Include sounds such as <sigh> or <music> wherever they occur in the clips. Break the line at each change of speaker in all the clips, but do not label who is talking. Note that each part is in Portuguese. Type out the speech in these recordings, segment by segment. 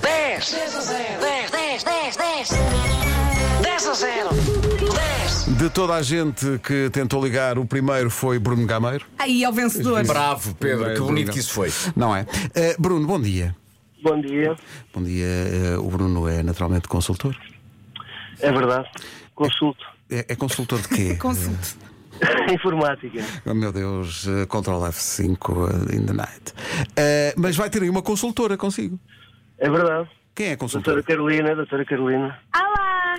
10, 10 a 0. 10, 10, 10, 10. 10 a 0. 10.
De toda a gente que tentou ligar, o primeiro foi Bruno Gameiro.
Aí é o vencedor.
Bravo, Pedro, que
Bruno.
bonito que isso foi.
Não é? Eh, Bruno, bom dia.
Bom dia,
Bom dia. eh, o Bruno é naturalmente consultor.
é verdade. Consulto. <laughs>
É, é consultor de
<laughs>
quê?
Consulte.
Informática.
Oh, meu Deus, eh, Control F5 in the night. Eh, mas vai ter aí uma consultora consigo.
É verdade.
Quem é a consultora?
Doutora Carolina, doutora Carolina.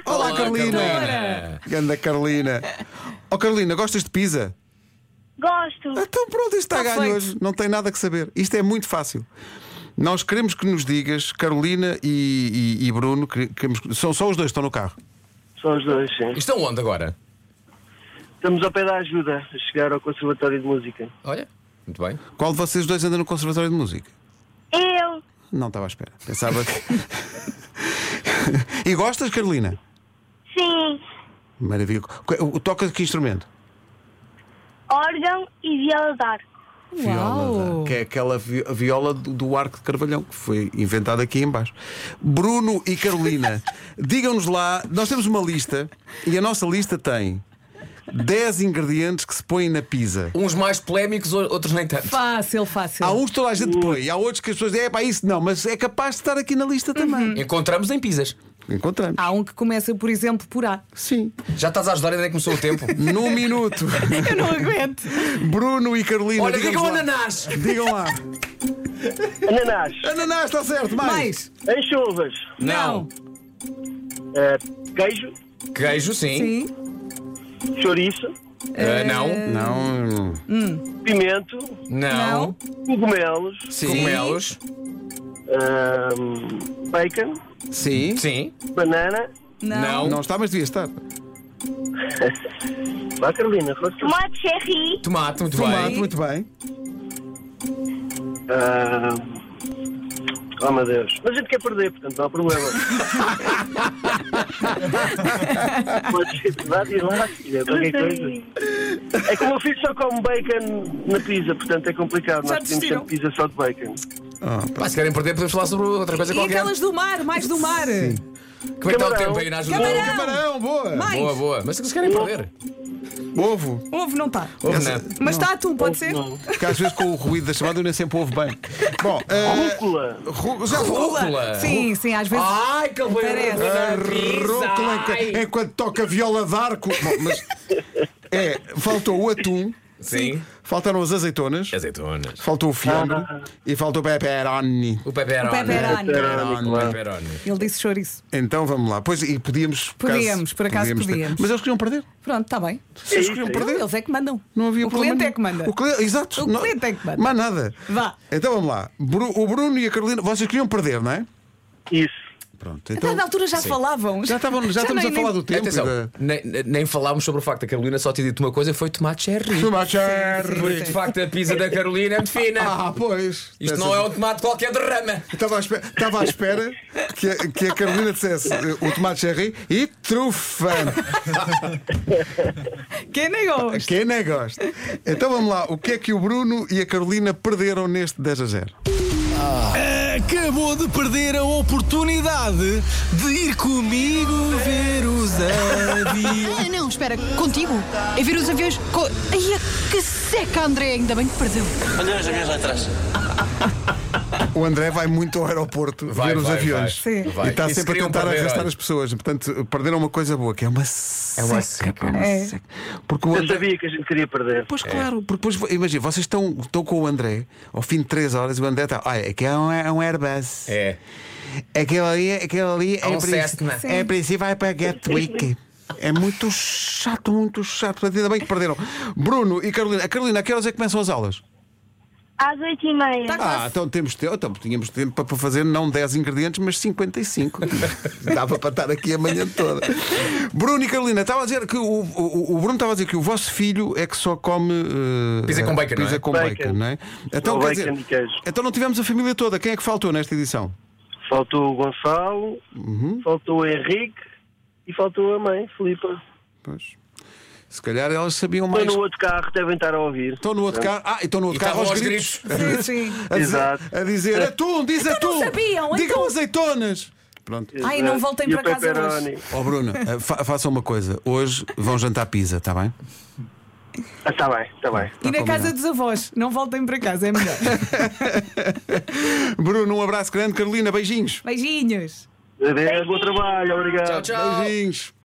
Olá, Carolina!
Carolina.
É. Ganda Carolina! Oh, Carolina, gostas de pizza?
Gosto.
Então pronto, isto está,
Está
ganho
feito.
hoje. Não tem nada que saber. Isto é muito fácil. Nós queremos que nos digas, Carolina e, e- e Bruno, que- queremos, são só os dois que estão no carro.
São os dois, sim.
Estão é onde agora?
Estamos ao pé da ajuda a chegar ao Conservatório de Música.
Olha, muito bem.
Qual de vocês dois anda no Conservatório de Música?
Eu
Não estava à espera. Pensava que. <laughs> e gostas, Carolina?
sim.
Maravilha. Que- Toca que instrumento?
Órgão e viola d'arco.
Viola, que é aquela vi- viola do, do arco de Carvalhão, que foi inventada aqui em baixo. Bruno e
<laughs>
Carolina, digam-nos lá, nós temos uma lista e a nossa lista tem 10 ingredientes que se põem na pizza.
Uns mais polémicos, ou- outros nem tanto.
Fácil, fácil.
Há um- uns que toda a gente põe, e há outros que as pessoas dizem, é para isso não, mas é capaz de estar aqui na
Uhum.
lista também.
Encontramos em Pisas. Ah.
Encontramos.
Há um que começa, por exemplo, por A.
Sim.
Já estás a ajudar ainda é que começou o tempo. <laughs>
Num minuto.
Eu não aguento.
Bruno e Carolina.
Olha,
digam-nos
diga é o
lá.
ananás.
Digam lá.
Ananás,
Ananás, está certo, mais.
<laughs> Mais.
enxovas,
Não.
eh, queijo,
Queijo, sim.
Sim.
chouriço,
Ah, não.
Não.
pimento,
Não.
Não.
cogumelos,
Sim. Cogumelos.
ahm, ehm, bacon,
Sim.
Sim.
banana. <laughs>
Não.
Não está, mas devia estar.
Vá, Carolina, faça.
Tomate cherry.
Tomate, muito
Tomate,
bem.
muito bem.
Ahm, Ah, oh, meu Deus. Mas a gente quer perder, portanto não
<laughs>
há problema. Pode ser, vá, diz lá, filha, qualquer coisa. É que o meu filho só come bacon na pizza, portanto é complicado.
Já
Nós temos
desistiram?
sempre pizza só de bacon.
Ah, pá.
Pá, se querem perder, podemos falar sobre outra coisa
E
qualquer.
aquelas do mar, mais do mar.
Como é que está o
Camarão.
tempo aí na ajuda?
Camarão.
Camarão, boa!
Mais.
Boa, boa. Mas se querem perder. né?
Ovo.
Ovo não está.
Ou
Essa-
não.
Mas está atum, pode ser?
Porque às vezes com o ruído da chamada eu nem sempre ouvo bem. Bom,
Ah.
eh,
Rúcula.
ru- já vou.
Rúcula.
Sim, sim, às vezes.
Ah,
Ai, que
Parece.
A
Rúcula.
rúcula que- enquanto toca viola d'arco. Bom, mas é, faltou o atum,
Sim.
faltaram as azeitonas,
Azeitonas.
faltou o fiambre e faltou o pepperoni.
O peperoni.
Pepperoni.
Peperoni.
Ele disse chouriço.
Então vamos lá. Pois e podíamos por acaso,
Podíamos, por acaso
ter-
podíamos.
Mas eles queriam perder.
Pronto, está bem.
É
Eles
isso,
queriam
é
perder.
Eles é que mandam.
Não havia
o
problema
cliente
nenhum.
é que manda.
O cliente, exato.
O
Não-
cliente é que manda.
Mais nada.
Vá.
Então vamos lá. Bru- o Bruno e a Carolina, vocês queriam perder, não é?
Isso.
Pronto.
A
Então
dada altura já falavam.
já, estavam, já, estamos
nem-
a falar do
nem-
tempo. e
Atenção,
da-
nem, nem- nem falámos sobre o facto da Carolina só ter dito uma coisa, foi tomate cherry.
Tomate cherry.
Porque de facto a pizza da Carolina é muito fina.
Ah, pois.
Isto não é um tomate qualquer de rama.
Estava à espera, estava à espera que, a, que a Carolina dissesse eh, o tomate cherry e trufa.
<laughs>
Quem negou?
Quem nem gosta. Então vamos lá. O que é que o Bruno e a Carolina perderam neste 10 a 0?
Acabou de perder a oportunidade de ir comigo ver os aviões.
Ah, não, espera, contigo. É ver os aviões. Co... Ai, é que seca, André, ainda bem que perdeu.
O André vai muito ao aeroporto
Vai,
ver os
vai,
aviões.
vai.
Sim.
Vai.
E está
E se
sempre a
queriam
tentar
perder,
arrastar
olha.
as pessoas. Portanto, perderam uma coisa boa, que é uma seca.
uma
pá, uma
É.
seca. Porque o
Eu
André.
sabia que a gente queria perder.
Pois claro, porque depois, imagina, vocês estão, estão com o André ao fim de 3 horas e o André está. Olha, aqui é um, é um Airbus.
É.
Aquele ali, aquele ali é,
um
em princ-
Cessna.
é em princípio vai para Gatwick. É muito chato, muito chato. Portanto, Ainda bem que perderam. Bruno e Carolina. A Carolina, a que horas é que começam as aulas?
Às oito e meia.
Tá
Ah, então temos tempo. Então, tínhamos tempo para- para fazer não 10 ingredientes, mas
<laughs>
55. Dava para estar aqui a manhã toda. Bruno e Carolina, estava a dizer que o, o- o Bruno estava a dizer que o vosso filho é que só come eh,
Pizza com bacon,
pizza
não é?
com
Bacon.
bacon, não é? Então,
Só
quer
bacon
dizer,
e queijo.
então não tivemos a família toda. Quem é que faltou nesta edição?
Faltou o Gonçalo,
Uhum.
faltou o Henrique e faltou a mãe, Filipa.
Pois. Se calhar elas sabiam
Estão
mais.
no outro carro, devem estar a ouvir.
Estão no outro carro. Ah, e estão no outro
E
carro aos
estavam aos
gritos.
Sim,
<laughs>
sim.
A dizer,
Exato.
a dizer atum, diz
Então
atum.
não sabiam,
Digam
então.
azeitonas. Pronto.
Ai, não voltem
Eh, E
para
o
casa hoje.
pepperoni.
Ó Bruno, eh, fa- façam uma coisa. Hoje vão jantar pizza, está bem?
Ah, está bem, está bem.
E na
Tá combinado.
casa dos avós, não voltem para casa,
<laughs>
é melhor.
Bruno, um abraço grande. Carolina, beijinhos.
Beijinhos.
Adeus, bom trabalho,
Tchau,
obrigado.
tchau.
Beijinhos.